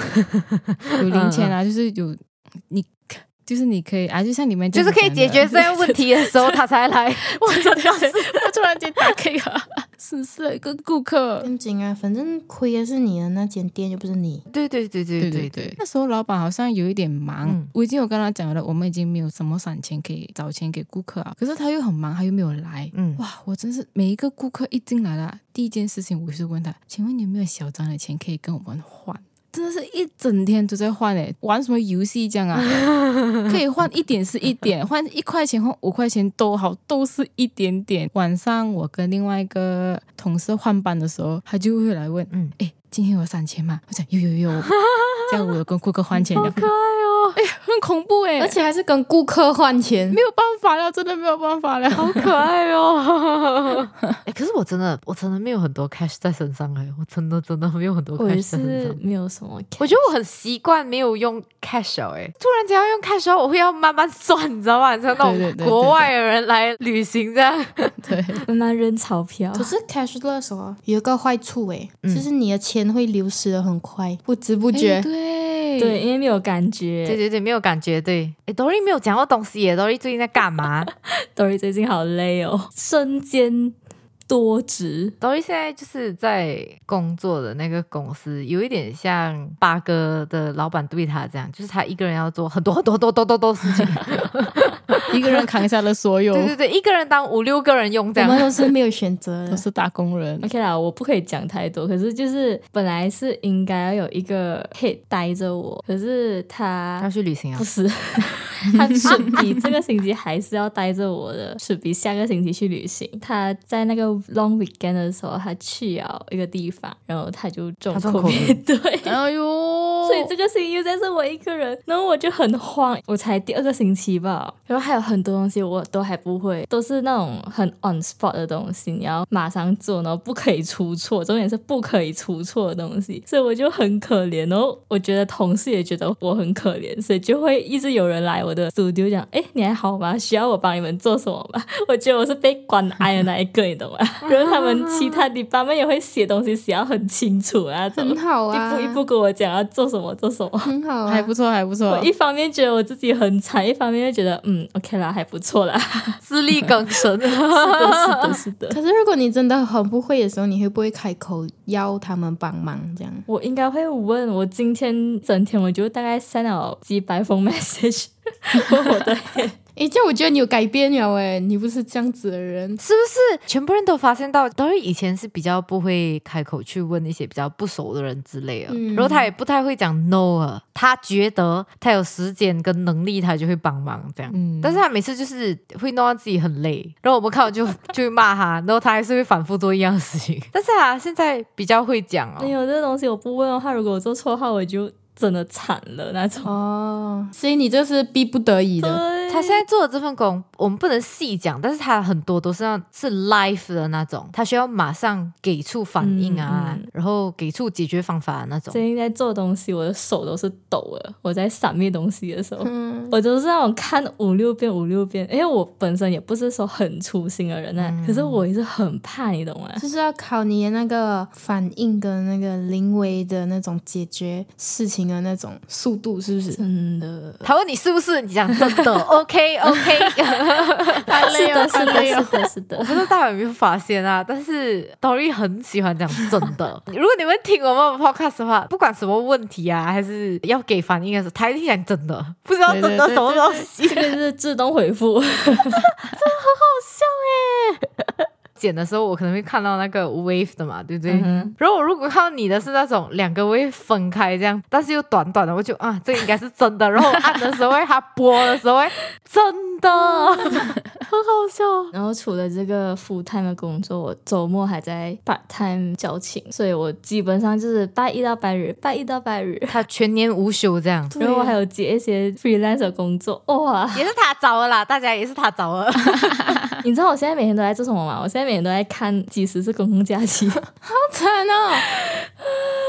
B: 有零钱啊，就是有你，就是你可以啊，就像你们
A: 就是可以解决这样问题的时候，他才来。
B: 我真的是，我突然间打开啊，损失了一个顾客。
D: 不紧啊，反正亏的是你的那间店，又不是你。
A: 对对对对对
B: 对对
A: 对
B: 对，，那时候老板好像有一点忙，
A: 嗯
B: 我已经有跟他讲了，我们已经没有什么散钱可以找钱给顾客啊，可是他又很忙，他又没有来，
A: 嗯
B: 哇，我真是每一个顾客一进来啦，第一件事情我是问他，请问你有没有小张的钱可以跟我们换？真的是一整天都在换诶、欸玩什么游戏这样啊？可以换一点是一点，换一块钱换五块钱都好，都是一点点。晚上我跟另外一个同事换班的时候，他就会来问，
A: 嗯
B: 嗯，哎，今天有散钱吗？我讲有有有，我这样我有跟顾客换钱的，很恐怖诶、
E: 欸
C: 而且还是跟顾客换 钱
B: 没。有办法了，真的没有办法了。
A: 好可爱哦！ 哎，可是我真的，我真的没有很多 cash 在身上哎，我真的真的没有很多
E: 我也
A: cash 在身
E: 是
A: 上。
E: 没有什么。
A: 我觉得我很习惯没有用 cash 了哎，突然间要用 cash 哦了，我会要慢慢算，你知道吗？像那
B: 对对
A: 种
B: 对对
A: 国外的人来旅行这样。
B: 对，
E: 慢慢扔钞票
D: 可，是 cashless 哦，有一个坏处诶，
A: 嗯
D: 就是你的钱会流失的很快，不知不
B: 不
D: 觉。
B: 哎对
E: 对，因为没有感觉。
A: 对对对，没有感觉。对，哎，Dory 没有讲到东西耶，Dory 最近在干 嘛
E: Dory 最近好累哦，身兼多职。
A: ？Dory 现在就是在工作的那个公司，有一点像八哥的老板对他这样，就是他一个人要做很多很多很多很多很多事 情。
B: 一个人扛下了所有，
A: 对对对，一个人当五六个人用这
D: 我们
A: 样。
D: 都是没有选择
B: 都
D: 的，
B: 是打工人。
E: OK 啦，我不可以讲太多，可是就是本来是应该要有一个 hit 带着我，可是
A: 他
E: 他
A: 去旅 行啊
E: 不？是，他是比这个星期还是要带着我的，是比下个星期去旅行。他在那个 long weekend 的时候，他去了一个地方，然后他就中
A: 他中
E: COVID，对，
B: 哎
A: 哦
B: 呦，
E: 所以这个星期又再是我一个人，然后我就很慌。我才第二个星期吧，然后还有很多东西我都还不会，都是那种很 on spot 的东西，你要马上做，然后不可以出错，重点是不可以出错的东西，所以我就很可怜。然后我觉得同事也觉得我很可怜，所以就会一直有人来我的 studio 讲，哎，你还好吗？需要我帮你们做什么吗？ 我觉得我是被关爱的那一个，你懂吗？ 然后他们其他 d e p 也会写东西写到很清楚啊，这种
C: 很好
E: 一
C: 啊，
E: 步一步跟我讲要做什么做什 么。
D: 很好、
B: 哎还
D: 啊。
B: 不错，还不错
E: 我。一方面觉得我自己很惨，一方面又觉得嗯，OK 啦，还不错啦。
A: 自力更生。
E: 是的，是的，是的。
D: 可是如果你真的很不会的时候，你会不会开口要他们帮忙？这样
E: 我应该会问我今天整天，我就大概 send 了几百封 message 问我的 head
D: 诶，这样我觉得你有改变了诶，你不是这样子的人。
A: 是不是全部人都发现到 Dory 以前是比较不会开口去问一些比较不熟的人之类的，
E: 嗯
A: 然后他也不太会讲 no 啊，他觉得他有时间跟能力，他就会帮忙这样。
B: 嗯
A: 但是他每次就是会弄到自己很累，然后我们看我就就会骂他， 然后他还是会反复做一样的事情。 但是啊，现在比较会讲
E: 没
A: 哦，
E: 有哎这东西，我不问的话，如果我做错的话，我就真的惨了那种。
D: 哦，所以你这是逼不得已的。
E: 对，
A: 他现在做的这份工，我们不能细讲，但是他很多都是那是 life 的那种，他需要马上给出反应啊，
E: 嗯嗯
A: 然后给出解决方法的那种。
E: 最近在做东西，我的手都是抖了。我在闪灭东西的时候，
D: 嗯，
E: 我就是那种看五六遍五六遍，因为我本身也不是说很粗心的人呢、啊可是我也是很怕，你懂吗？
D: 就是要考你的那个反应跟那个临危的那种解决事情的那种速度，是不是？
E: 真的，
A: 他问你是不是？你讲真 的，OK OK。
E: 是的，啊是的，是的，是
A: 我
E: 的。
A: 不知道大家有没有发现啊，但是 Dory 很喜欢讲真的。如果你们听我们 podcast 的话，不管什么问题啊，还是要给反应的时候，他一定讲真的， 不知道真的
B: 对对对
A: 什么东西。
E: 这个是自动回复，
A: 剪的时候，我可能会看到那个 wave 的嘛，对不对？
E: 嗯哼
A: 然后我如果看到你的是那种两个 wave 分开这样，但是又短短的，我就啊，这个应该是真 的。然后我按的时候，它播的时候，哎真的
B: 嗯
A: 很好笑。
E: 然后除了这个 full time 的工作，我周末还在 part time 交情，所以我基本上就是拜一到拜日，拜一到拜日，
A: 他全年无休这样。
E: 然后我还有接一些 freelance 的工作，哇！
A: 也是他找的啦，大家也是他找的。
E: 你知道我现在每天都在做什么吗？我现在每天都在看几时是公共假 期，
D: 惨哦！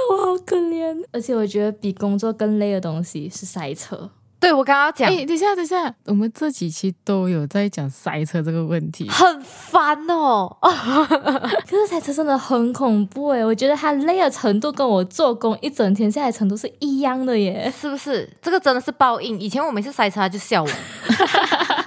E: 我好可怜。而且我觉得比工作更累的东西是塞车，
A: 对我刚刚讲、
B: 哎，等一下，等一下，我们这几期都有在讲塞车这个问题。
A: 很烦哦，哦
E: 可是塞车真的很恐怖诶，我觉得它累的程度跟我做工一整天下来程度是一样的耶。
A: 是不是？这个真的是报应。以前我每次塞车他就 笑我，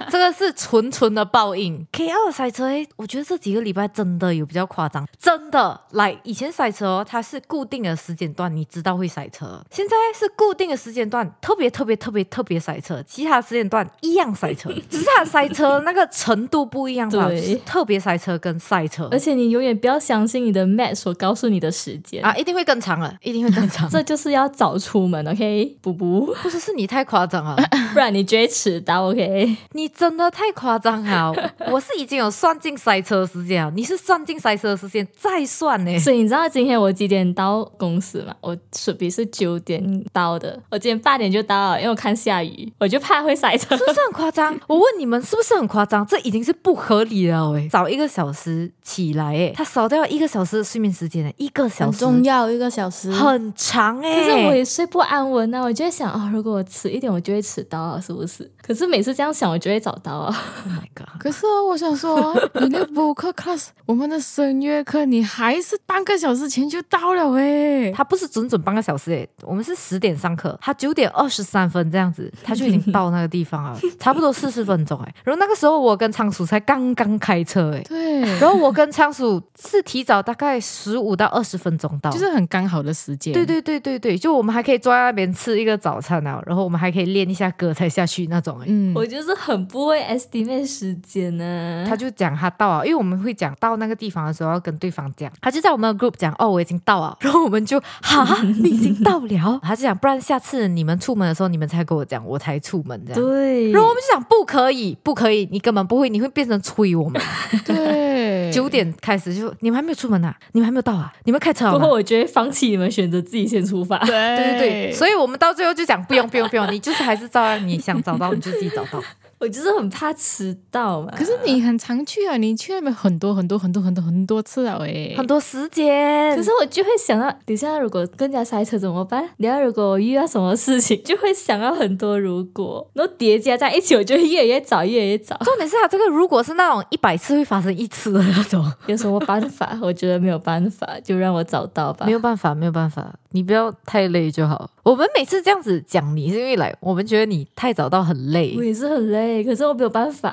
A: 这个是纯纯的报应。K L 塞车，诶我觉得这几个礼拜真的有比较夸张，真的。来，以前塞车哦它是固定的时间段，你知道会塞车。现在是固定的时间段，特别特别特别特别塞车，其他时间段一样塞 车，只是它塞车那个程度不一样吧？
E: 对
A: 就是特别塞车跟塞车，
E: 而且你永远不要相信你的 map 所告诉你的时间。
A: 啊，一定会更长了，一定会更 长。
E: 这就是要早出门，OK，补补，
A: 不是是你太夸张 了，
E: 不然你就会迟到，OK。
A: 你真的太夸张了。我是已经有算进塞车时间了，啊你是算进塞车时间再算欸呢、
E: 所以你知道今天我几点到公司吗？我准备是九点到的，我今天八点就到了，因为我看下雨，我就怕会塞 车。
A: 是不是很夸张？我问你们是不是很夸张？这已经是不合理了哎、早一个小时起来哎、他少掉一个小时的睡眠时间哎、一个小
D: 很
A: 时
D: 重要，一个小时。
A: 很长哎、
E: 可是我也睡不安稳呐、我就会想啊、如果我迟一点，我就会迟到啊，是不是？可是每次这样想，我就会早到啊。
A: Oh my god！
B: 可是哦，我想说哦，你那补课 class，我们的声乐课，你还是半个小时前就到了哎诶。
A: 他不是准准半个小时诶，我们是十点上课，他九点二十三分这样 子，他就已经到那个地方了，差不多四十分钟诶。欸然后那个时候我跟仓鼠才刚刚开车诶，
B: 对，
A: 然后我跟仓鼠是提早大概十五到二十分钟到，
B: 就是很刚好的时间。
A: 对对对对对，就我们还可以坐在那边吃一个早餐啊，然后我们还可以练一下歌才下去那种诶。欸
B: 嗯，
E: 我就是很不会 estimate 时间呢、
A: 他就讲他到啊，因为我们会讲到那个地方的时候要跟对方讲，他就在我们的 group 讲哦我已经到啊， 然后我们就哈 你已经到了，他就讲不然下次你们出门的时候你们才跟我讲，我才出门这样。
E: 对，
A: 然后我们就讲不可以，不可以，你根本不会，你会变成催我们。
B: 对，
A: 九点开始就你们还没有出门啊，你们还没有到啊，你们开车好
E: 过
A: 吗
E: 后？我就会放弃你们，选择自己先出发。
A: 对
B: 对
A: 对对，所以我们到最后就讲不用不用不用，你就是还是照样你想找到你就自己找 到。
E: 我就是很怕迟到嘛。
B: 可是你很常去啊，你去那边很多很多很多很多很多次了哎诶。
A: 很多时间，
E: 可是我就会想到，等一下如果更加塞车怎么办？等一下如果我遇到什么事情， 就会想到很多如果，然后叠加在一起，我就会越来越早，越来越早。
A: 重点是啊他这个如果是那种一百次会发生一次的那种，
E: 有什么办法？我觉得没有办法，就让我找到吧。
A: 没有办法，没有办法，你不要太累就好。我们每次这样子讲你，是因为来我们觉得你太早到很累
E: 我，也是很累，可是我没有办法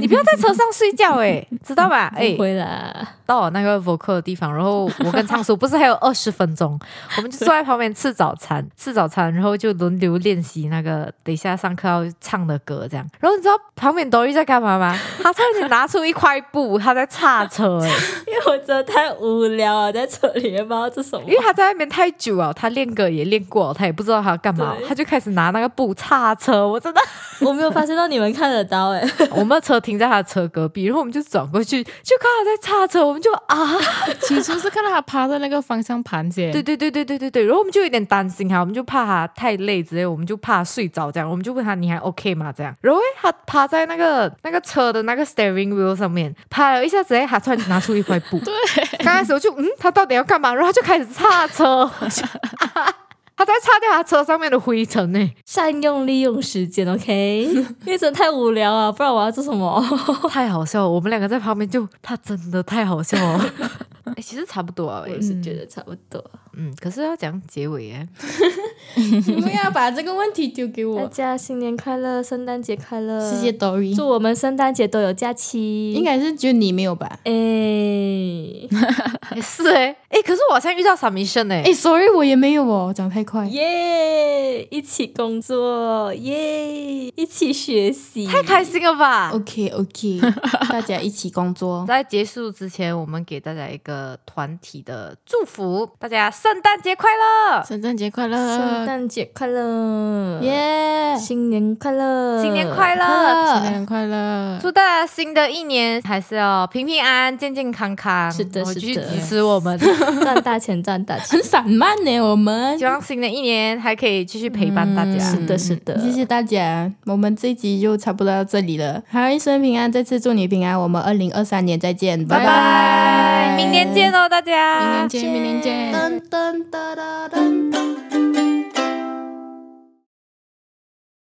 A: 你不要在车上睡 觉哎、知道吧？哎、
E: 回来。啊
A: 到我那个 vocal 的地方，然后我跟仓鼠不是还有二十分钟，我们就坐在旁边吃早餐，吃早餐，然后就轮流练习那个等一下上课要唱的歌，这样。然后你知道旁边 Dory 在干嘛吗？他突然间拿出一块布，他在擦车、欸，
E: 因为我真的太无聊了，在车里面不知道这什么
A: 因为。他在那边太久了，他练歌也练过，他也不知道他要干嘛，
E: 对
A: 他就开始拿那个布擦车，我真的，
E: 我没有发现到你们看得到哎、
A: 我们的车停在他的车隔壁，然后我们就转过去，就看他在擦车，我们就啊。
B: 起初是看到他趴在那个方向盘先，
A: 对对对对对对对，然后我们就有点担心他，我们就怕他太累之类，我们就怕他睡着这样，我们就问他你还 OK 吗？这样，然后诶他趴在那个那个车的那个 steering wheel 上面趴了一下子，诶他突然拿出一块布，对，刚开始我就嗯，他到底要干嘛？然后他就开始擦车，我就他在擦掉他车上面的灰尘哎呢、
E: 善用利用时间，OK？因 为真的太无聊啊，不然我要做什么？
A: 哦太好笑了。我们两个在旁边就，他真的太好笑了。 诶其实差不多啊，诶
E: 我是觉得差不多。
A: 嗯，可是要讲结尾哎，
C: 你们要把这个问题丢
A: 嗯
C: 给
E: 大
C: 我。
E: 家新年快乐，圣诞节快乐，
C: 谢谢 Dory，
E: 祝我们圣诞节都有假期。
C: 应该是就你没有吧？
E: 诶，
A: 诶是 哎，哎，可是我好像遇到 submission 哎
C: 哎，，sorry，我也没有哦，讲太快。
E: 耶！一起工作，耶！一起学习，
A: 太开心了吧！
C: OK OK，大家一起工作。
A: 在结束之前，我们给大家一个团体的祝福，大家圣诞节快乐，
B: 圣诞节快
E: 圣
B: 乐，
E: 诞节快乐，
C: 耶！
E: 新年快乐，
A: 新年快乐！
B: 新年快乐，
A: 祝大家新的一年还是要平平安安、健健康康，
E: 是的
A: 然后继续
E: 是的
A: 支持我 们。
E: 赚大钱，赚大钱
C: 很。散漫呢，我们
A: 希。望新的一年还可以继续陪伴大家。
E: 是的，是的，
C: 谢谢大家，我们这一集就差不多到这里了。好，一生平安，再次祝你平安。我们二零二三年再见，拜
A: 拜拜，明年见哦，大家，
B: 明年见，明年见。
C: 噔噔哒哒噔噔。